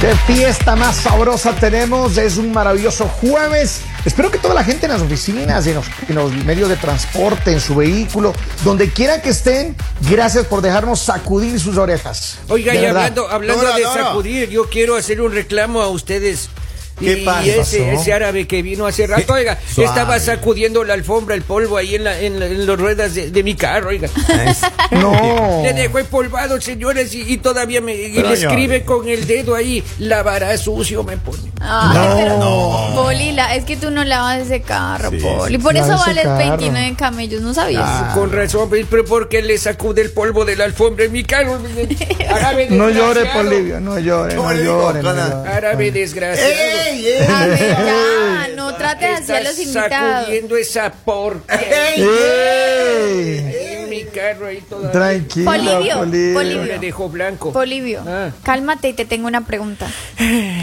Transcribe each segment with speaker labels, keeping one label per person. Speaker 1: Qué fiesta más sabrosa tenemos. Es un maravilloso jueves. Espero que toda la gente en las oficinas, en los, en los medios de transporte, en su vehículo, donde quiera que estén, gracias por dejarnos sacudir sus orejas.
Speaker 2: Oiga,
Speaker 1: De
Speaker 2: y
Speaker 1: verdad.
Speaker 2: hablando, hablando
Speaker 3: Dora,
Speaker 2: de
Speaker 3: Dora.
Speaker 2: sacudir, yo quiero hacer un reclamo a ustedes.
Speaker 1: ¿Qué
Speaker 2: y
Speaker 1: pasó?
Speaker 2: ese, ese árabe que vino hace rato, oiga,
Speaker 3: Suave.
Speaker 2: estaba sacudiendo la alfombra, el polvo ahí en, la, en, la- en las ruedas de, de mi carro, oiga.
Speaker 1: No.
Speaker 2: Le dejó empolvado, señores, y, y todavía me y le escribe con el dedo ahí, lavará sucio, me pone.
Speaker 4: Ay,
Speaker 1: No.
Speaker 4: Ah, pero
Speaker 1: No.
Speaker 4: Poli, la- es que tú no lavas ese carro, Poli. Por
Speaker 1: Lava
Speaker 4: eso
Speaker 1: ese
Speaker 4: vales
Speaker 1: carro.
Speaker 4: 29 camellos, ¿no sabías?
Speaker 1: Ah.
Speaker 2: Con razón, pues, pero ¿por qué le sacude el polvo de la alfombra en mi carro? Árabe
Speaker 1: No llore,
Speaker 2: desgraciado.
Speaker 1: Polivio. No llore, no
Speaker 3: Polivio,
Speaker 1: llore. no
Speaker 3: cana.
Speaker 1: llore.
Speaker 2: Árabe desgraciado.
Speaker 3: ¡Ey, ey!
Speaker 4: A ver, ya, no trates así a
Speaker 2: Estás
Speaker 4: los invitados.
Speaker 2: sacudiendo esa porquería.
Speaker 3: ¡Ey!
Speaker 1: ¡Ey!
Speaker 2: Ahí en mi carro ahí todavía.
Speaker 1: Tranquilo,
Speaker 4: Polivio,
Speaker 1: Polivio.
Speaker 2: Yo
Speaker 4: Polivio.
Speaker 2: le dejó blanco.
Speaker 4: Polivio,
Speaker 2: Ah.
Speaker 4: cálmate y te tengo una pregunta.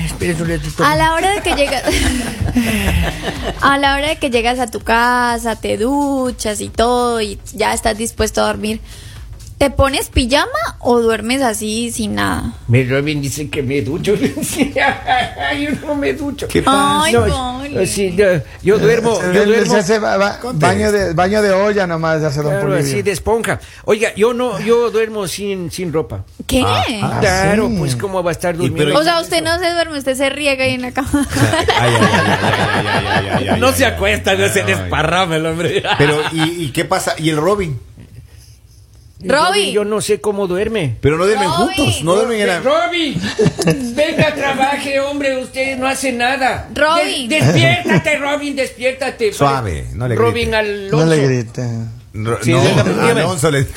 Speaker 2: Espérense un ratito.
Speaker 4: A la hora de que llegas A la hora de que llegas a tu casa, te duchas y todo y ya estás dispuesto a dormir, ¿te pones pijama o duermes así sin nada?
Speaker 2: Me Robin dice que me ducho. yo no me ducho.
Speaker 3: ¿Qué pasa?
Speaker 4: Ay,
Speaker 2: No,
Speaker 4: Poli.
Speaker 2: sí, yo, yo duermo, yo duermo.
Speaker 1: Se hace ba- ba-
Speaker 3: Contesta.
Speaker 1: baño, de, baño de olla nomás hace don
Speaker 2: Claro, así
Speaker 1: Polivio.
Speaker 2: de esponja. Oiga, yo no, yo duermo sin, sin ropa.
Speaker 4: ¿Qué?
Speaker 2: ah, claro,
Speaker 1: sí.
Speaker 2: pues cómo va a estar durmiendo.
Speaker 3: pero-
Speaker 4: O sea, usted no se duerme, usted se riega ahí en la cama.
Speaker 1: ah,
Speaker 3: Ay, ay, ay, ay, ay, ay, ay, ay,
Speaker 5: No
Speaker 3: ay,
Speaker 5: se
Speaker 3: ay,
Speaker 5: acuesta, no se
Speaker 3: ay.
Speaker 5: desparrama el hombre.
Speaker 3: Pero, ¿y, y qué pasa? ¿Y el Robin?
Speaker 2: Yo-
Speaker 4: Robin.
Speaker 2: Yo no sé cómo duerme.
Speaker 3: Pero no duermen
Speaker 4: Robin.
Speaker 3: juntos, no duermen en
Speaker 2: Eh,
Speaker 3: la...
Speaker 2: Robin, venga, trabaje, hombre, usted no hace nada.
Speaker 4: Robin.
Speaker 2: Des- despiértate, Robin, despiértate.
Speaker 3: Suave, no le
Speaker 2: Robin
Speaker 3: grite.
Speaker 2: Alonso.
Speaker 1: No le grite.
Speaker 3: Ro-
Speaker 5: Sí, déjame,
Speaker 3: No,
Speaker 5: dígame.
Speaker 3: Alonso le...
Speaker 4: Robin,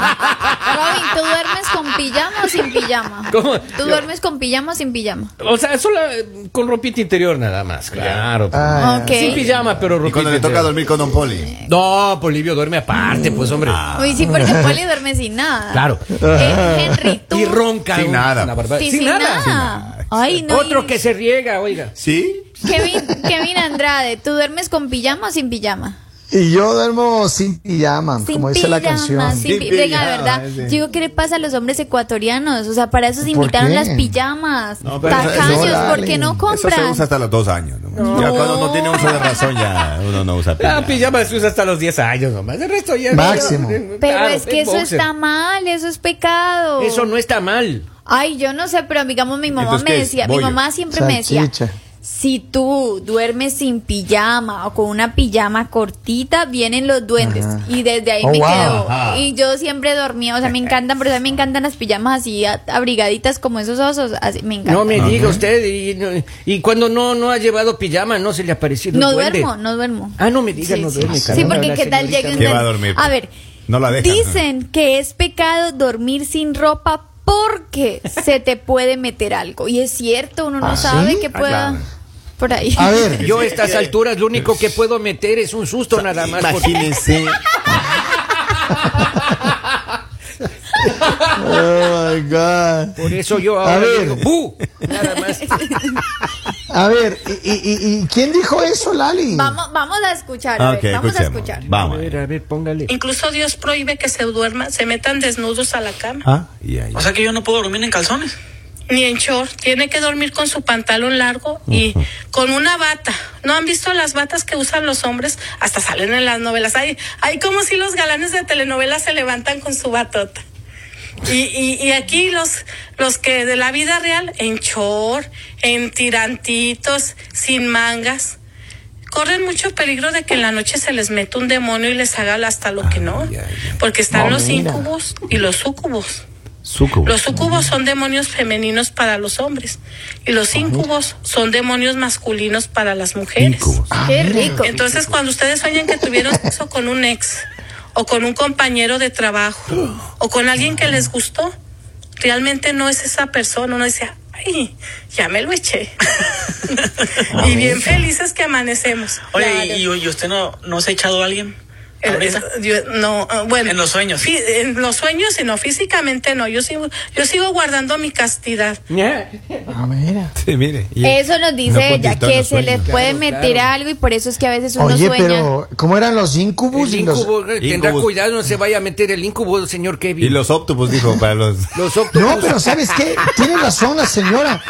Speaker 4: Ah, ¿tú duermes con pijama o sin pijama?
Speaker 2: ¿Cómo?
Speaker 4: ¿Tú duermes con pijama o sin pijama?
Speaker 5: O sea, solo eh, con ropita interior nada más, claro. pues.
Speaker 1: Ah,
Speaker 4: ok.
Speaker 5: Sin pijama, pero
Speaker 3: Y
Speaker 5: ropita
Speaker 3: cuando le toca
Speaker 5: interior.
Speaker 3: dormir con Don Poli.
Speaker 5: No, Polivio duerme aparte, pues hombre.
Speaker 3: Ah.
Speaker 4: Uy, sí, porque Poli duerme sin nada.
Speaker 5: Claro.
Speaker 4: Eh, Henry, tú.
Speaker 5: Y ronca.
Speaker 3: Sin
Speaker 5: un-
Speaker 3: nada.
Speaker 5: una barbaridad.
Speaker 4: Sí,
Speaker 5: Sin nada.
Speaker 4: Ay, no.
Speaker 2: Otro
Speaker 4: y-
Speaker 2: que se riega, oiga.
Speaker 5: Ah,
Speaker 3: ¿Sí?
Speaker 4: Kevin, Kevin Andrade, ¿tú duermes con pijama o sin pijama?
Speaker 1: Y yo duermo sin pijama,
Speaker 4: Sin
Speaker 1: como dice
Speaker 4: pijama,
Speaker 1: la canción.
Speaker 4: sin pi-
Speaker 3: Sin
Speaker 4: Venga,
Speaker 3: pijama,
Speaker 4: ¿verdad?
Speaker 3: ese.
Speaker 4: Digo, ¿qué le pasa a los hombres ecuatorianos? O sea, para eso se
Speaker 1: ¿Por
Speaker 4: invitaron
Speaker 1: qué?
Speaker 4: las pijamas.
Speaker 3: No, pero eso- eso-
Speaker 4: Tacaños,
Speaker 1: dale.
Speaker 4: ¿por qué no
Speaker 3: Eso se usa
Speaker 4: compran?
Speaker 3: hasta los dos años. ¿no? Ya cuando uno tiene uso de razón, ya uno no usa
Speaker 5: La
Speaker 3: pijama.
Speaker 5: pijama se usa hasta los 10 años nomás. El resto ya.
Speaker 1: Máximo.
Speaker 4: Pero es que eso está mal, eso es pecado.
Speaker 2: Eso no está mal.
Speaker 4: Ay, yo no sé, pero digamos mi mamá
Speaker 3: Entonces,
Speaker 4: me
Speaker 3: ¿qué es?
Speaker 4: decía, mi
Speaker 3: Bollo.
Speaker 4: mamá siempre me decía,
Speaker 1: Salchicha.
Speaker 4: si tú duermes sin pijama o con una pijama cortita, vienen los duendes. Y desde ahí
Speaker 1: Oh,
Speaker 4: me
Speaker 1: wow.
Speaker 4: quedo.
Speaker 3: Ajá.
Speaker 4: Y yo siempre dormía, o sea, me encantan, pero a mí me encantan las pijamas así a- abrigaditas como esos osos, así, me encantan.
Speaker 2: No me
Speaker 4: no,
Speaker 2: diga usted. Y, no- y cuando no, no ha llevado pijama, no se le ha parecido. el duende.
Speaker 4: duermo, no duermo.
Speaker 2: Ah, no me diga,
Speaker 4: Sí,
Speaker 2: no
Speaker 4: sí.
Speaker 2: duerme.
Speaker 4: Sí,
Speaker 2: caramba,
Speaker 4: porque
Speaker 2: la
Speaker 4: qué tal
Speaker 2: señorita.
Speaker 4: llegue un
Speaker 3: ¿Qué va a
Speaker 4: duende?
Speaker 3: dormir?
Speaker 4: A ver,
Speaker 3: No la dejan, ¿no?
Speaker 4: dicen que es pecado dormir sin ropa porque se te puede meter algo. Y es cierto, uno no
Speaker 1: ¿Ah,
Speaker 4: sabe
Speaker 1: sí?
Speaker 4: que pueda
Speaker 3: claro.
Speaker 4: por ahí.
Speaker 1: A ver,
Speaker 2: Yo a estas alturas lo único que puedo meter es un susto nada más. porque-
Speaker 3: Imagínense.
Speaker 1: oh my God.
Speaker 2: Por eso yo
Speaker 1: A
Speaker 2: ahora
Speaker 1: ver.
Speaker 2: digo, "Bu", Nada más.
Speaker 1: A ver, ¿y, y, y- y quién dijo eso, Lali?
Speaker 4: Vamos, vamos a escuchar, a
Speaker 3: Ah,
Speaker 4: ver,
Speaker 3: ok,
Speaker 4: vamos a
Speaker 3: escuchemos.
Speaker 4: escuchar.
Speaker 2: A
Speaker 3: Vamos.
Speaker 2: ver, a ver, póngale.
Speaker 6: Incluso Dios prohíbe que se duerman, se metan desnudos a la cama,
Speaker 3: Ah, y ahí.
Speaker 7: O sea que yo no puedo dormir en calzones.
Speaker 6: ni en short. Tiene que dormir con su pantalón largo y con una bata. ¿No han visto las batas que usan los hombres? Hasta salen en las novelas. Hay, hay como si los galanes de telenovelas se levantan con su batota. Y, y- y aquí los, los que de la vida real, en short, en tirantitos, sin mangas, corren mucho peligro de que en la noche se les meta un demonio y les haga hasta lo que no. Porque están los incubos y los súcubos. Los sucubos son demonios femeninos para los hombres y los incubos son demonios masculinos para las mujeres.
Speaker 4: Qué rico.
Speaker 6: Entonces, cuando ustedes sueñan que tuvieron sexo con un ex o con un compañero de trabajo o con alguien que les gustó, realmente no es esa persona, uno dice, ay, ya me lo eché. y bien felices que amanecemos.
Speaker 7: Oye,
Speaker 4: Claro.
Speaker 7: y, y- y usted no, no se ha echado a alguien.
Speaker 6: El-
Speaker 7: ¿Ahorita?
Speaker 6: el- yo- no, ah, bueno.
Speaker 7: En los sueños.
Speaker 6: Fí- En los sueños, y no, físicamente no. Yo sigo, yo sigo guardando mi castidad.
Speaker 1: Ah, mira.
Speaker 3: Sí, mire. y-
Speaker 4: Eso nos dice
Speaker 3: No
Speaker 4: ella,
Speaker 3: contestó
Speaker 4: que
Speaker 3: los
Speaker 4: se les
Speaker 3: sueños.
Speaker 4: puede
Speaker 2: Claro,
Speaker 4: meter
Speaker 2: claro.
Speaker 4: algo y por eso es que a veces uno
Speaker 1: Oye,
Speaker 4: sueña.
Speaker 1: pero ¿cómo eran los incubus?
Speaker 2: El
Speaker 1: y los...
Speaker 2: incubo, eh, tendrá
Speaker 3: Incubus.
Speaker 2: cuidado, no se vaya a meter el incubo, señor Kevin.
Speaker 3: Y los octopus dijo para los.
Speaker 2: Los octopus.
Speaker 1: No, pero ¿sabes qué? Tiene razón la señora.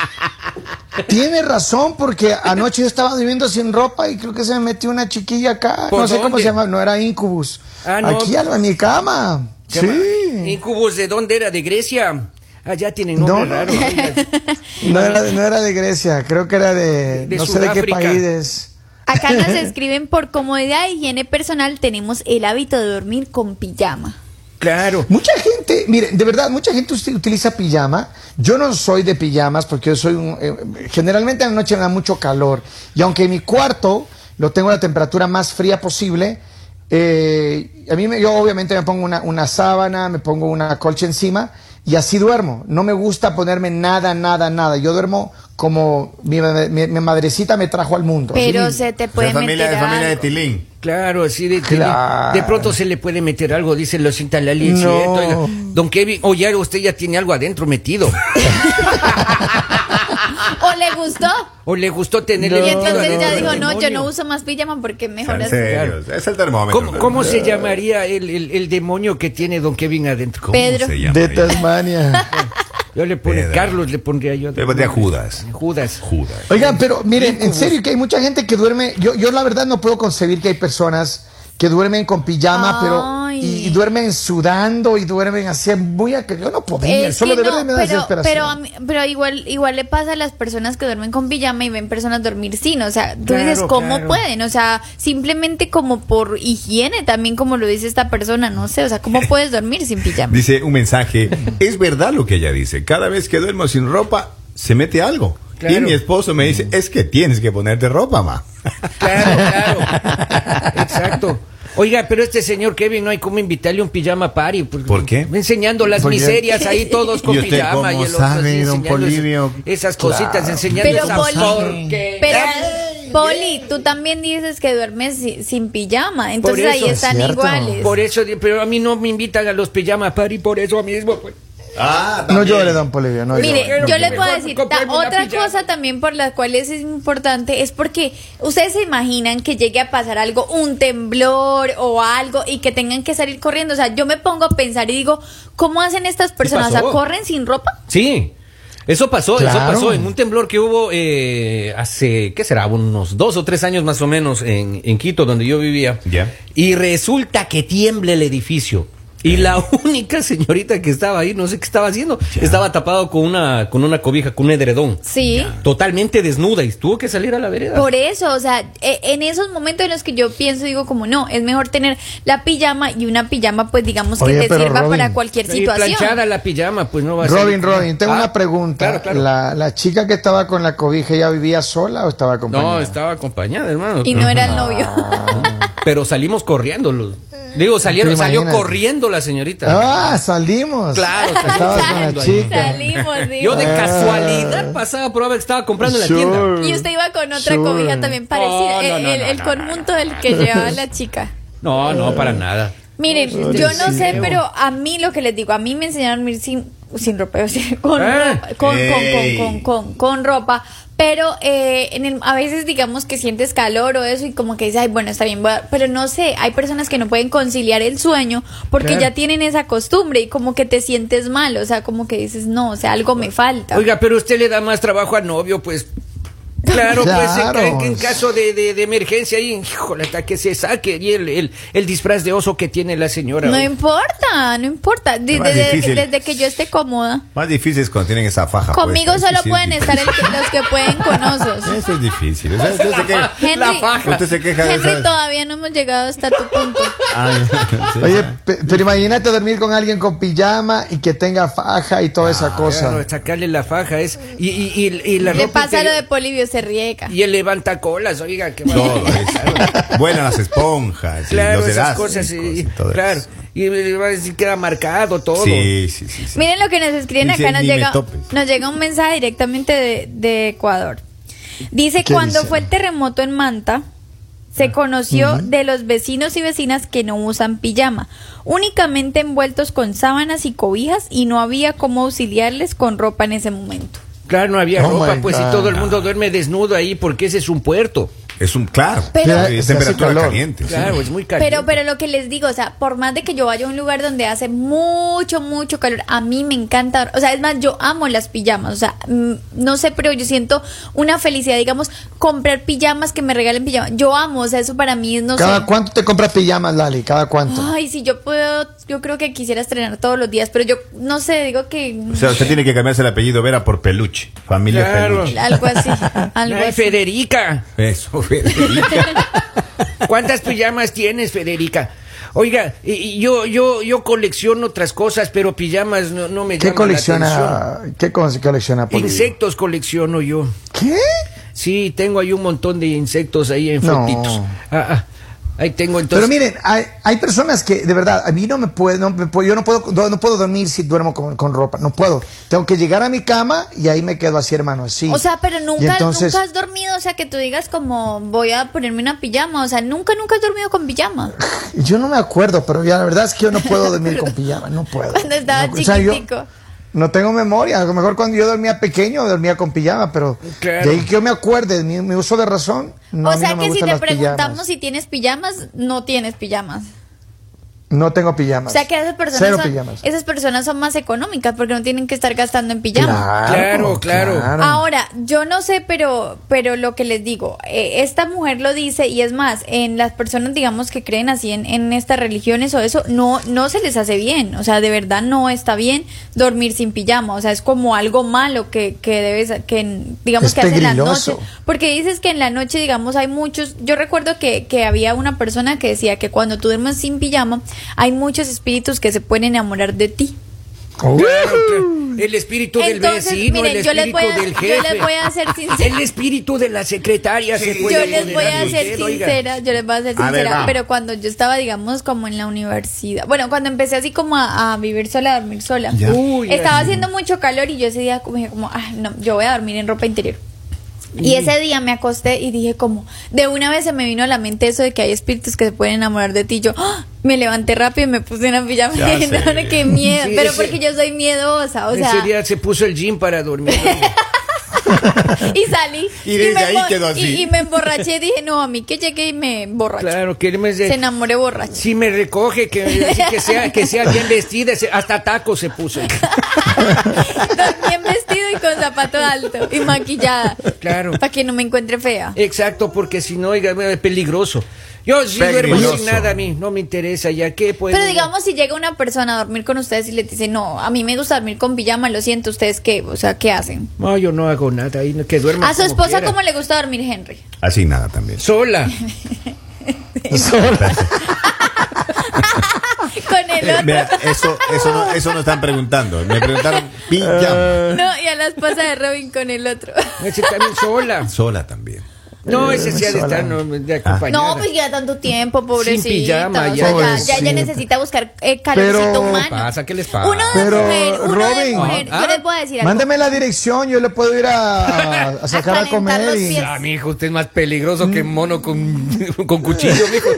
Speaker 1: Tiene razón porque anoche yo estaba viviendo sin ropa y creo que se me metió una chiquilla acá.
Speaker 2: ¿Por
Speaker 1: No sé cómo
Speaker 2: dónde?
Speaker 1: se llama, no era incubus.
Speaker 2: Ah, no.
Speaker 1: Aquí a la- en mi cama.
Speaker 2: Se
Speaker 1: sí.
Speaker 2: llama- ¿Incubus de dónde era? ¿De Grecia? Allá tienen
Speaker 1: No,
Speaker 2: nombre
Speaker 1: no.
Speaker 2: raro.
Speaker 1: No era, no era de Grecia, creo que era de,
Speaker 2: De
Speaker 1: no sé de qué
Speaker 2: Sudáfrica.
Speaker 1: país. es.
Speaker 4: Acá nos escriben por comodidad de higiene personal tenemos el hábito de dormir con pijama.
Speaker 2: Claro.
Speaker 1: Mucha gente, mire, de verdad, mucha gente usi- utiliza pijama. Yo no soy de pijamas porque yo soy un... eh, generalmente en la noche me da mucho calor. Y aunque mi cuarto lo tengo a la temperatura más fría posible, eh, a mí me- yo obviamente me pongo una, una sábana, me pongo una colcha encima y así duermo. No me gusta ponerme nada, nada, nada. Yo duermo como mi, ma- mi- mi madrecita me trajo al mundo. así
Speaker 4: Pero
Speaker 1: mismo.
Speaker 4: se te
Speaker 3: O sea,
Speaker 4: puede
Speaker 3: familia,
Speaker 4: meter
Speaker 3: de familia de
Speaker 4: algo.
Speaker 3: Tilín.
Speaker 2: Claro, así de,
Speaker 1: Claro.
Speaker 2: de pronto se le puede meter algo, dice Losita Lali, es
Speaker 1: No.
Speaker 2: cierto. oiga. Don Kevin, o ya usted ya tiene algo adentro metido.
Speaker 4: ¿O le gustó?
Speaker 2: O le gustó tener
Speaker 4: y
Speaker 2: el
Speaker 4: entonces
Speaker 2: metido
Speaker 4: ya
Speaker 2: adentro
Speaker 4: dijo,
Speaker 2: del
Speaker 4: no, yo no
Speaker 2: demonio.
Speaker 4: uso más pijama porque mejor
Speaker 3: En
Speaker 4: así.
Speaker 3: serio, es el termómetro.
Speaker 2: ¿Cómo, cómo se llamaría el, el- el demonio que tiene Don Kevin adentro?
Speaker 4: Pedro.
Speaker 3: se llama?
Speaker 1: De Tasmania.
Speaker 2: Yo le pone
Speaker 3: Pedro.
Speaker 2: Carlos, le pondría yo.
Speaker 3: Le pondría Judas.
Speaker 2: Judas.
Speaker 3: Judas.
Speaker 1: Oigan, pero miren,
Speaker 5: pues.
Speaker 1: en serio que hay mucha gente que duerme. Yo, yo la verdad no puedo concebir que hay personas que duermen con pijama, pero
Speaker 4: Ay.
Speaker 1: y, y duermen sudando y duermen así muy a que yo no podía.
Speaker 4: Es
Speaker 1: Solo
Speaker 4: que
Speaker 1: de
Speaker 4: no,
Speaker 1: verdad me da
Speaker 4: pero,
Speaker 1: desesperación.
Speaker 4: pero, a mí- pero igual igual le pasa a las personas que duermen con pijama y ven personas dormir sin, o sea, tú
Speaker 2: Claro,
Speaker 4: dices cómo
Speaker 2: claro.
Speaker 4: pueden, o sea, simplemente como por higiene también como lo dice esta persona, no sé, o sea, cómo puedes dormir sin pijama.
Speaker 3: Dice un mensaje. Es verdad lo que ella dice. Cada vez que duermo sin ropa, se mete algo. Y
Speaker 2: Claro.
Speaker 3: mi esposo me
Speaker 2: Mm.
Speaker 3: dice, es que tienes que ponerte ropa, ma.
Speaker 2: Claro, claro. Exacto. Oiga, pero este señor Kevin no hay cómo invitarle un pijama party. porque-
Speaker 3: ¿Por qué?
Speaker 2: Enseñando las
Speaker 1: Porque-
Speaker 2: miserias ahí todos con
Speaker 3: ¿Y usted
Speaker 2: pijama.
Speaker 3: cómo
Speaker 2: y el otro
Speaker 3: sabe,
Speaker 2: así
Speaker 3: don
Speaker 2: enseñando esas-
Speaker 3: Polibio?
Speaker 2: Esas cositas, enseñando
Speaker 4: Pero
Speaker 2: esa
Speaker 4: Poli,
Speaker 2: porquería.
Speaker 4: pero Poli, tú también dices que duermes si- sin pijama, entonces
Speaker 2: eso
Speaker 4: ahí
Speaker 2: es
Speaker 4: están
Speaker 1: cierto.
Speaker 4: iguales.
Speaker 2: Por eso, di- pero a mí no me invitan a los pijama party por eso mismo. pues.
Speaker 3: Ah,
Speaker 1: No llore, don Polivio, no llore.
Speaker 4: Mire,
Speaker 2: Pero
Speaker 4: yo
Speaker 2: que
Speaker 4: les voy a
Speaker 2: mejor
Speaker 4: decir
Speaker 2: comprarme
Speaker 4: ta-
Speaker 2: una
Speaker 4: otra
Speaker 2: pijama.
Speaker 4: cosa también por la cual es importante es porque ustedes se imaginan que llegue a pasar algo, un temblor o algo y que tengan que salir corriendo. O sea, yo me pongo a pensar y digo, ¿cómo hacen estas personas? O sea,
Speaker 5: pasó?
Speaker 4: ¿corren sin ropa?
Speaker 5: Sí. Eso pasó, eso
Speaker 1: Claro.
Speaker 5: pasó en un temblor que hubo eh, hace, ¿qué será? Unos dos o tres años más o menos en, en Quito, donde yo vivía.
Speaker 3: Ya.
Speaker 5: Y resulta que tiembla el edificio. Y la única señorita que estaba ahí, no sé qué estaba haciendo, estaba tapado con una, con una cobija, con un edredón.
Speaker 4: Sí.
Speaker 5: Totalmente desnuda y tuvo que salir a la vereda.
Speaker 4: Por eso, o sea, e- en esos momentos en los que yo pienso, digo como no, es mejor tener la pijama y una pijama, pues digamos que
Speaker 1: Oye,
Speaker 4: te
Speaker 1: pero
Speaker 4: sirva
Speaker 1: Robin,
Speaker 4: para cualquier
Speaker 2: Y
Speaker 4: situación.
Speaker 2: planchada la pijama, pues no va a ser.
Speaker 1: Robin, Robin, tengo
Speaker 2: Ah,
Speaker 1: una pregunta.
Speaker 2: claro, claro.
Speaker 1: La, la chica que estaba con la cobija, ¿ella vivía sola o estaba acompañada?
Speaker 5: No, estaba acompañada, hermano.
Speaker 4: Y no era el novio.
Speaker 1: Ah,
Speaker 5: Pero salimos corriendo. los- Digo, salieron,
Speaker 1: ¿Te
Speaker 5: salió
Speaker 1: imaginas?
Speaker 5: corriendo la señorita.
Speaker 1: Ah, salimos.
Speaker 5: Claro,
Speaker 1: Estabas con la
Speaker 5: saliendo ahí.
Speaker 1: chica.
Speaker 4: Salimos, digo.
Speaker 5: Yo de casualidad pasaba por haber estaba comprando en la
Speaker 1: Ah. Sure.
Speaker 5: tienda.
Speaker 4: Y usted iba con otra
Speaker 1: Sure.
Speaker 4: cobija también parecida,
Speaker 5: Oh, no,
Speaker 4: el,
Speaker 5: no,
Speaker 4: el-
Speaker 5: no,
Speaker 4: el
Speaker 5: no,
Speaker 4: conjunto del que llevaba la chica.
Speaker 5: No, no,
Speaker 1: Eh.
Speaker 5: para nada.
Speaker 4: Miren, yo no sé, pero a mí lo que les digo, a mí me enseñaron a ir sin, sin ropa, o sea, con,
Speaker 5: Ah.
Speaker 4: ropa, con,
Speaker 3: Ey.
Speaker 4: con, con, con, con ropa, pero eh, en el- a veces digamos que sientes calor o eso y como que dices, ay, bueno, está bien, voy a-". pero no sé, hay personas que no pueden conciliar el sueño porque
Speaker 2: Claro.
Speaker 4: ya tienen esa costumbre y como que te sientes mal, o sea, como que dices, no, o sea, algo me falta.
Speaker 2: Oiga, pero usted le da más trabajo al novio, pues. Claro, pues en ca-
Speaker 1: Claro.
Speaker 2: en, caso de, de- de emergencia ahí, híjole, hasta que se saque y el, el- el disfraz de oso que tiene la señora.
Speaker 4: no
Speaker 2: oiga.
Speaker 4: importa, no importa, de-
Speaker 3: más
Speaker 4: desde-
Speaker 3: difícil.
Speaker 4: desde que yo esté cómoda.
Speaker 3: Más difícil es cuando tienen esa faja.
Speaker 4: Conmigo
Speaker 3: puesta. Ese
Speaker 4: solo
Speaker 3: sí es
Speaker 4: pueden
Speaker 3: difícil.
Speaker 4: estar el que- los que pueden con osos.
Speaker 3: Eso es difícil. O sea, usted, se queja,
Speaker 4: Henry,
Speaker 3: usted se queja de
Speaker 4: Henry,
Speaker 3: esas-
Speaker 4: todavía no hemos llegado hasta tu punto.
Speaker 3: Ay, sí.
Speaker 1: Oye, pe- pero imagínate dormir con alguien con pijama y que tenga faja y toda
Speaker 5: Ah,
Speaker 1: esa cosa.
Speaker 2: Claro, sacarle la faja es. Y, y, y- y la
Speaker 4: Le
Speaker 2: ropa
Speaker 4: pasa lo de
Speaker 2: interior-
Speaker 4: Polivio, se riega.
Speaker 2: Y el levantacolas, oiga, que
Speaker 3: Todo eso. Vuelan las esponjas. y
Speaker 2: Claro,
Speaker 3: los
Speaker 2: esas
Speaker 3: elásticos
Speaker 2: cosas.
Speaker 3: y
Speaker 2: Y,
Speaker 3: todo
Speaker 2: claro.
Speaker 3: eso.
Speaker 2: Y, eh, va a decir que queda marcado todo.
Speaker 3: Sí, sí, sí. sí.
Speaker 4: Miren lo que nos escriben
Speaker 3: Dice,
Speaker 4: acá, nos
Speaker 3: "Ni me
Speaker 4: llega,
Speaker 3: topes".
Speaker 4: nos llega un mensaje directamente de, de Ecuador. Dice,
Speaker 1: ¿Qué
Speaker 4: cuando
Speaker 1: dice?
Speaker 4: fue el terremoto en Manta, se conoció de los vecinos y vecinas que no usan pijama, únicamente envueltos con sábanas y cobijas y no había cómo auxiliarles con ropa en ese momento.
Speaker 2: Claro, no había
Speaker 1: Oh
Speaker 2: ropa,
Speaker 1: my
Speaker 2: pues, y
Speaker 1: God.
Speaker 2: todo el mundo duerme desnudo ahí porque ese es un puerto.
Speaker 3: Es un claro.
Speaker 4: Pero-
Speaker 3: porque es
Speaker 1: Se hace
Speaker 3: temperatura
Speaker 1: calor.
Speaker 3: caliente. sí.
Speaker 2: Claro, es muy caliente.
Speaker 4: Pero, pero lo que les digo, o sea, por más de que yo vaya a un lugar donde hace mucho, mucho calor, a mí me encanta, o sea, es más, yo amo las pijamas, o sea, mm, no sé, pero yo siento una felicidad, digamos, comprar pijamas que me regalen pijamas, yo amo, o sea, eso para mí es, no
Speaker 1: ¿Cada
Speaker 4: sé. Ah.
Speaker 1: cuánto te compras pijamas, Lali? ¿Cada cuánto?
Speaker 4: Ay, si yo puedo, yo creo que quisiera estrenar todos los días, pero yo no sé, digo que
Speaker 3: O sea, usted tiene que cambiarse el apellido Vera por Peluche. Familia
Speaker 2: Claro.
Speaker 3: Peluche.
Speaker 4: algo así, algo
Speaker 2: Ay,
Speaker 4: así.
Speaker 2: Federica.
Speaker 3: Eso, Federica.
Speaker 2: ¿Cuántas pijamas tienes, Federica? Oiga, y- y yo, yo, yo colecciono otras cosas, pero pijamas no, no me
Speaker 1: ¿Qué
Speaker 2: llaman la atención.
Speaker 1: colecciona? ¿Qué co- colecciona? Polivio?
Speaker 2: Insectos colecciono yo.
Speaker 1: ¿Qué?
Speaker 2: Sí, tengo ahí un montón de insectos ahí en
Speaker 1: No.
Speaker 2: fotitos. Ah, ah, ahí tengo entonces.
Speaker 1: Pero miren, hay, hay personas que, de verdad, a mí no me puede, no me puede- yo no puedo, no, no puedo dormir si duermo con, con ropa, no puedo. Tengo que llegar a mi cama y ahí me quedo así, hermano, así.
Speaker 4: O sea, pero
Speaker 1: Y
Speaker 4: nunca,
Speaker 1: entonces,
Speaker 4: nunca has dormido, o sea, que tú digas como voy a ponerme una pijama, o sea, nunca, nunca has dormido con pijama.
Speaker 1: Yo no me acuerdo, pero ya la verdad es que yo no puedo dormir con pijama, no puedo.
Speaker 4: Cuando estaba
Speaker 1: No, o sea, yo
Speaker 4: chiquitico.
Speaker 1: no tengo memoria, a lo mejor cuando yo dormía pequeño dormía con pijama, pero
Speaker 2: Claro.
Speaker 1: de ahí que yo me acuerde, mi, mi uso de razón. No, a
Speaker 4: o
Speaker 1: mí
Speaker 4: sea
Speaker 1: no me
Speaker 4: que si
Speaker 1: gustan
Speaker 4: te
Speaker 1: las pijamas.
Speaker 4: preguntamos si tienes pijamas, no tienes pijamas.
Speaker 1: No tengo pijamas.
Speaker 4: O sea que esas
Speaker 1: Cero
Speaker 4: personas, son,
Speaker 1: pijamas.
Speaker 4: esas personas son más económicas porque no tienen que estar gastando en pijamas.
Speaker 2: Claro, claro.
Speaker 4: Ahora, yo no sé, pero, pero lo que les digo, eh, esta mujer lo dice y es más, en las personas, digamos, que creen así en, en estas religiones o eso, no, no se les hace bien. O sea, de verdad no está bien dormir sin pijama. O sea, es como algo malo que, que debes, que digamos
Speaker 1: Es
Speaker 4: que hacen las noches.
Speaker 1: pegriloso.
Speaker 4: Porque dices que en la noche, digamos, hay muchos. Yo recuerdo que, que había una persona que decía que cuando tú duermes sin pijama, hay muchos espíritus que se pueden enamorar de ti.
Speaker 1: Oh.
Speaker 2: Claro, claro. El espíritu del
Speaker 4: Entonces,
Speaker 2: vecino,
Speaker 4: miren,
Speaker 2: el
Speaker 4: yo les
Speaker 2: espíritu
Speaker 4: voy a-
Speaker 2: del
Speaker 4: yo
Speaker 2: jefe.
Speaker 4: les voy a ser sincera.
Speaker 2: El espíritu de la secretaria se puede
Speaker 4: Yo les voy
Speaker 2: apoderar
Speaker 4: a
Speaker 2: de
Speaker 4: ser
Speaker 2: usted, oiga.
Speaker 4: sincera, yo les voy a ser
Speaker 3: A ver,
Speaker 4: sincera,
Speaker 3: va.
Speaker 4: pero cuando yo estaba, digamos, como en la universidad, bueno, cuando empecé así como a, a vivir sola, a dormir sola,
Speaker 3: Ya.
Speaker 2: Uy,
Speaker 4: estaba
Speaker 2: ay.
Speaker 4: haciendo mucho calor y yo ese día como dije como, "Ay, no, yo voy a dormir en ropa interior. Y ese día me acosté y dije como, de una vez se me vino a la mente eso de que hay espíritus que se pueden enamorar de ti. Yo ¡ah! me levanté rápido y me puse una pijama.
Speaker 3: Ya
Speaker 4: y no,
Speaker 3: sé.
Speaker 4: qué miedo.
Speaker 2: Sí,
Speaker 4: pero
Speaker 2: ese-
Speaker 4: porque yo soy miedosa, o sea.
Speaker 2: Ese día se puso el jean para dormir.
Speaker 4: y salí.
Speaker 3: Y desde
Speaker 4: me
Speaker 3: ahí
Speaker 4: embo-
Speaker 3: quedó así.
Speaker 4: Y, y me emborraché y dije, no, a mí que llegué y me emborraché.
Speaker 2: claro, que él me
Speaker 4: Se
Speaker 2: dice,
Speaker 4: enamoré borracho.
Speaker 2: si me recoge, que, así que, sea, que sea bien vestida, se- hasta taco se puso.
Speaker 4: Bien vestido y con zapato alto y maquillada.
Speaker 2: Claro.
Speaker 4: Para que no me encuentre fea.
Speaker 2: Exacto, porque si no, oiga, es peligroso. Yo sí duermo
Speaker 3: Peligroso.
Speaker 2: sin nada a mí, no me interesa, ya que puedo.
Speaker 4: Pero digamos, si llega una persona a dormir con ustedes y les dice, no, a mí me gusta dormir con pijama, lo siento, ¿ustedes qué? O sea, ¿qué hacen?
Speaker 2: No, yo no hago nada, ahí no- que duerma.
Speaker 4: A su
Speaker 2: como
Speaker 4: esposa,
Speaker 2: quiera.
Speaker 4: ¿cómo le gusta dormir, Henry?
Speaker 3: Así nada también.
Speaker 2: Sola.
Speaker 4: Con el
Speaker 3: Eh,
Speaker 4: otro.
Speaker 3: vea, eso, eso, no, eso no están preguntando. Me preguntaron pijama.
Speaker 4: No, y a la esposa de Robin con el otro.
Speaker 2: Ese también sola.
Speaker 3: Sola también.
Speaker 2: No, ese sí ha de estar no, de acompañada.
Speaker 4: No, pues ya tanto tiempo, pobrecita.
Speaker 2: pijama, ya.
Speaker 4: o sea, ya, ya, ya
Speaker 1: Pobrecita.
Speaker 4: necesita buscar eh, calorcito
Speaker 1: Pero-
Speaker 4: humano.
Speaker 5: pasa? ¿Qué les pasa?
Speaker 4: Uno de
Speaker 1: Pero,
Speaker 4: mujer, uno de
Speaker 1: Robin.
Speaker 4: mujer.
Speaker 2: Ah,
Speaker 4: Yo les voy a decir algo.
Speaker 1: Mándeme la dirección, yo le puedo ir a, a sacar a,
Speaker 4: calentar
Speaker 1: comer.
Speaker 4: los
Speaker 1: y-
Speaker 4: pies.
Speaker 5: Ah, mijo, usted es más peligroso que mono con, con cuchillo, mijo.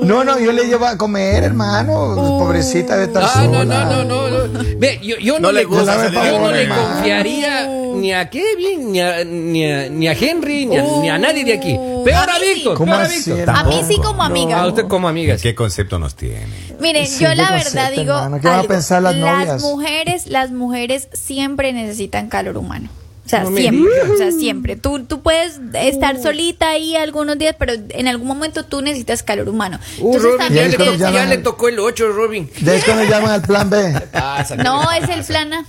Speaker 1: No, no, yo le llevo a comer, hermano. Pobrecita de estar
Speaker 5: Ah, no,
Speaker 1: sola.
Speaker 5: no, no, no, no. Ve, yo, yo no,
Speaker 3: No
Speaker 5: le,
Speaker 3: le gusta
Speaker 5: yo
Speaker 1: salir
Speaker 5: no
Speaker 1: con
Speaker 5: le
Speaker 1: hermano.
Speaker 5: confiaría ni a Kevin, ni a, ni a, ni a Henry, ni a, ni a nadie de aquí. Peor
Speaker 4: A
Speaker 5: a
Speaker 4: mí sí.
Speaker 5: Víctor,
Speaker 1: ¿Cómo
Speaker 5: peor a
Speaker 1: así?
Speaker 5: Víctor.
Speaker 4: A mí sí
Speaker 3: Tampoco.
Speaker 4: como amiga.
Speaker 5: A usted como amigas.
Speaker 3: ¿Qué concepto nos tiene?
Speaker 4: Miren,
Speaker 1: Sí,
Speaker 4: yo
Speaker 1: yo
Speaker 4: la
Speaker 1: no sé,
Speaker 4: verdad digo,
Speaker 1: hermano, ¿qué van a
Speaker 4: algo.
Speaker 1: pensar las novias?
Speaker 4: mujeres, las mujeres siempre necesitan calor humano. O sea,
Speaker 2: No me
Speaker 4: siempre,
Speaker 2: digas.
Speaker 4: o sea, siempre. Tú, tú puedes estar solita ahí algunos días, pero en algún momento tú necesitas calor humano.
Speaker 2: Uh,
Speaker 4: Entonces,
Speaker 2: Robin, ya,
Speaker 4: también
Speaker 2: le,
Speaker 1: creo
Speaker 2: to-
Speaker 1: que
Speaker 4: tienes-
Speaker 1: ya
Speaker 2: ya
Speaker 1: no-
Speaker 2: le tocó el 8, Robin.
Speaker 1: Ya es cuando llaman al plan B.
Speaker 4: no es el plan A.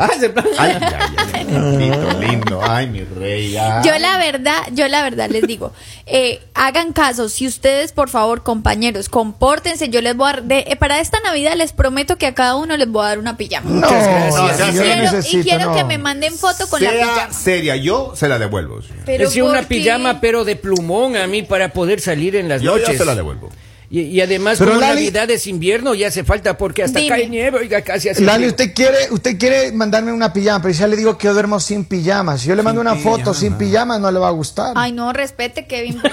Speaker 5: Ah, se plan.
Speaker 3: Ay, ay, ay, lindo, lindo. Ay, mi rey.
Speaker 2: Ah.
Speaker 3: ay.
Speaker 4: Yo la verdad, yo la verdad les digo, eh, hagan caso, si ustedes por favor compañeros, compórtense, yo les voy a, dar- de- eh, para esta Navidad les prometo que a cada uno les voy a dar una pijama.
Speaker 1: No,
Speaker 3: gracias.
Speaker 1: si
Speaker 3: No,
Speaker 1: yo
Speaker 3: sea
Speaker 1: la
Speaker 4: Quiero-
Speaker 1: necesito.
Speaker 4: y quiero
Speaker 1: no.
Speaker 4: que me manden foto con la
Speaker 3: sea
Speaker 4: pijama.
Speaker 3: seria, yo se la devuelvo. señor.
Speaker 4: Pero
Speaker 2: Es una
Speaker 4: ¿por qué?
Speaker 2: pijama, pero de plumón a mí para poder salir en las
Speaker 3: Yo, yo
Speaker 2: noches.
Speaker 3: se la devuelvo.
Speaker 2: Y, y además,
Speaker 1: Pero
Speaker 2: como
Speaker 1: Lali-
Speaker 2: Navidad es invierno, ya hace falta porque hasta
Speaker 4: Dime.
Speaker 2: cae nieve, oiga, casi hace
Speaker 1: Lali,
Speaker 2: frío.
Speaker 1: usted quiere, usted quiere mandarme una pijama, pero si ya le digo que yo duermo sin pijamas. Si yo le mando una foto sin pijamas, no le va a gustar.
Speaker 4: Ay, no, respete, Kevin, por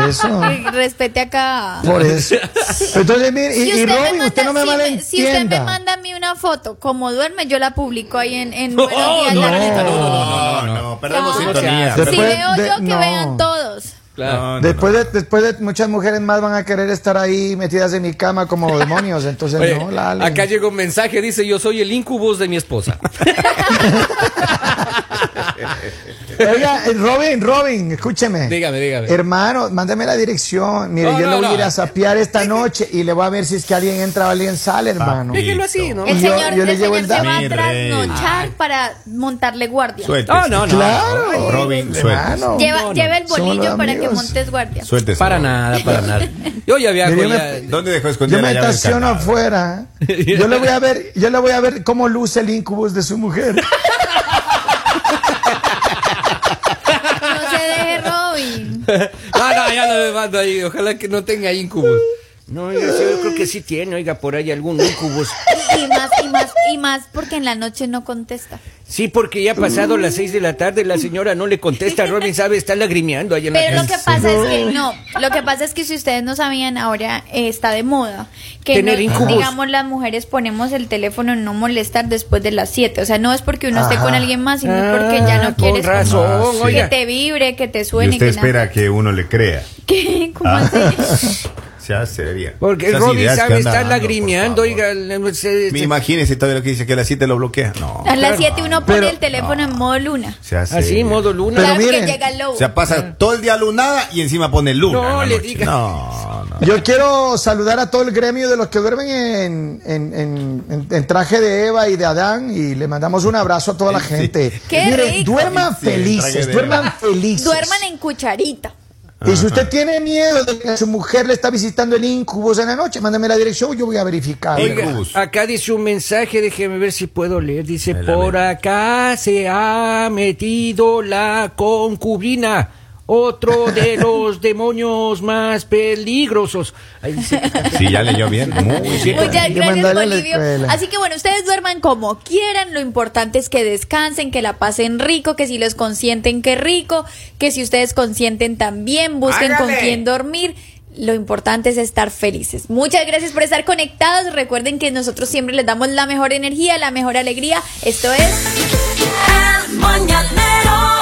Speaker 1: Por eso.
Speaker 4: Respete acá.
Speaker 1: Por eso. Entonces, mire, y, y
Speaker 4: me
Speaker 1: Robin,
Speaker 4: manda-
Speaker 1: usted no me
Speaker 4: si me-
Speaker 1: malentienda.
Speaker 4: si usted me manda a mí una foto como duerme, yo la publico ahí en, en Buenos
Speaker 5: No,
Speaker 4: Días,
Speaker 5: no,
Speaker 4: la
Speaker 5: no,
Speaker 4: red.
Speaker 5: no, no,
Speaker 3: No, no, no, perdemos
Speaker 4: No.
Speaker 3: sintonía.
Speaker 1: Después-
Speaker 4: Si veo
Speaker 1: de-
Speaker 4: yo que
Speaker 1: no.
Speaker 4: vean todos.
Speaker 5: Claro.
Speaker 3: No, no,
Speaker 1: Después de, después de muchas mujeres más van a querer estar ahí metidas en mi cama como demonios, entonces
Speaker 5: Oye,
Speaker 1: Pues, no, Lali.
Speaker 5: acá llega un mensaje, dice yo soy el incubus de mi esposa.
Speaker 1: Oiga, eh, Robin, Robin, escúcheme.
Speaker 5: Dígame, dígame.
Speaker 1: Hermano, mándame la dirección. Mire,
Speaker 5: No,
Speaker 1: yo
Speaker 5: no,
Speaker 1: le voy a
Speaker 5: no.
Speaker 1: ir a sapear esta noche y le voy a ver si es que alguien entra o alguien sale, hermano.
Speaker 3: Papi.
Speaker 5: Déjelo así, ¿no?
Speaker 4: El
Speaker 1: Yo-
Speaker 4: señor,
Speaker 1: yo le
Speaker 4: el
Speaker 1: llevo
Speaker 4: señor
Speaker 1: el
Speaker 4: se
Speaker 1: dato.
Speaker 4: va a
Speaker 3: Mi
Speaker 4: trasnochar para montarle guardia.
Speaker 3: Suéltese.
Speaker 5: No, no, no.
Speaker 1: Claro.
Speaker 3: Robin, suéltese.
Speaker 1: hermano.
Speaker 4: Lleva,
Speaker 5: No, no.
Speaker 4: lleva el
Speaker 1: Somos
Speaker 4: bolillo para que
Speaker 1: amigos.
Speaker 4: montes guardia.
Speaker 3: Suéltese.
Speaker 5: Para
Speaker 3: Robin.
Speaker 5: nada, para nada. Yo ya viajo,
Speaker 1: Mire,
Speaker 5: ya-
Speaker 3: ¿Dónde dejó escondida
Speaker 1: Yo me
Speaker 3: la llave del
Speaker 1: estaciono
Speaker 3: candado?
Speaker 1: afuera. Yo le voy a ver, yo le voy a ver cómo luce el incubus de su mujer.
Speaker 4: No se deje, Robin.
Speaker 5: No, no, ya no me mando ahí. Ojalá que no tenga incubus.
Speaker 2: No, oiga, sí, yo creo que sí tiene, oiga, por ahí algún incubus.
Speaker 4: Y más, y más, y más porque en la noche no contesta.
Speaker 2: Sí, porque ya pasado las seis de la tarde la señora no le contesta. Robin sabe, está lagrimeando allá en la
Speaker 4: Pero lo
Speaker 2: casa.
Speaker 4: que pasa es que no, lo que pasa es que si ustedes no sabían ahora eh, está de moda que
Speaker 2: Tener
Speaker 4: no-
Speaker 2: incubos.
Speaker 4: digamos las mujeres ponemos el teléfono en no molestar después de las 7, o sea, no es porque uno esté
Speaker 1: Ajá.
Speaker 4: con alguien más, sino
Speaker 2: Ah,
Speaker 4: porque ya no
Speaker 2: con
Speaker 4: quieres como
Speaker 2: razón,
Speaker 3: Ah, sí.
Speaker 4: que
Speaker 2: oiga.
Speaker 4: te vibre, que te
Speaker 3: Y
Speaker 4: suene,
Speaker 3: usted
Speaker 4: que nada.
Speaker 3: espera que uno le crea.
Speaker 4: ¿Qué? ¿Cómo
Speaker 3: Ah.
Speaker 4: así?
Speaker 3: Ya sería.
Speaker 2: Porque
Speaker 3: Esas
Speaker 2: Robin
Speaker 3: ideas que
Speaker 2: sabe, está
Speaker 3: anda dando, por
Speaker 2: lagrimeando,
Speaker 3: favor.
Speaker 2: oiga. este- le- se-
Speaker 3: Me
Speaker 2: se-
Speaker 3: imagínese todavía lo que dice que a las 7 lo bloquea. No.
Speaker 4: A las 7 uno pone
Speaker 1: Pero-
Speaker 4: el teléfono en modo luna.
Speaker 3: Sea
Speaker 2: Así,
Speaker 3: seria.
Speaker 2: modo luna.
Speaker 1: Pero
Speaker 4: claro
Speaker 1: miren,
Speaker 4: que llega el
Speaker 3: O
Speaker 4: lobo.
Speaker 3: sea, pasa todo el día lunada y encima pone luna.
Speaker 2: No
Speaker 3: en la
Speaker 2: le
Speaker 3: noche.
Speaker 2: diga.
Speaker 3: No, no.
Speaker 1: Yo quiero saludar a todo el gremio de los que duermen en, en- en- en- en traje de Eva y de Adán y le mandamos un abrazo a toda la gente.
Speaker 4: Qué rico.
Speaker 1: duerman
Speaker 3: Sí, traje
Speaker 1: felices,
Speaker 3: de
Speaker 1: duerman
Speaker 3: Eva.
Speaker 1: felices.
Speaker 4: Duerman en cucharita.
Speaker 1: Y si usted tiene miedo de que su mujer le está visitando en incubos en la noche, mándame la dirección, yo voy a verificar.
Speaker 3: Oiga,
Speaker 2: Oiga,
Speaker 3: Incubus.
Speaker 2: acá dice un mensaje, déjeme ver si puedo leer. Dice,
Speaker 3: Vela,
Speaker 2: por
Speaker 3: vela.
Speaker 2: acá se ha metido la concubina, otro de los demonios más peligrosos. Ahí dice,
Speaker 3: Sí, ya leyó bien. Muy bien.
Speaker 4: Muchas
Speaker 1: que
Speaker 4: gracias,
Speaker 1: mandarlo a la
Speaker 4: Bolivio.
Speaker 1: escuela.
Speaker 4: Así que bueno, ustedes duerman como quieran. Lo importante es que descansen, que la pasen rico, que si los consienten, que rico, que si ustedes consienten también, busquen con quién dormir. Lo importante es estar felices. Muchas gracias por estar conectados. Recuerden que nosotros siempre les damos la mejor energía, la mejor alegría. Esto es
Speaker 7: El mañanero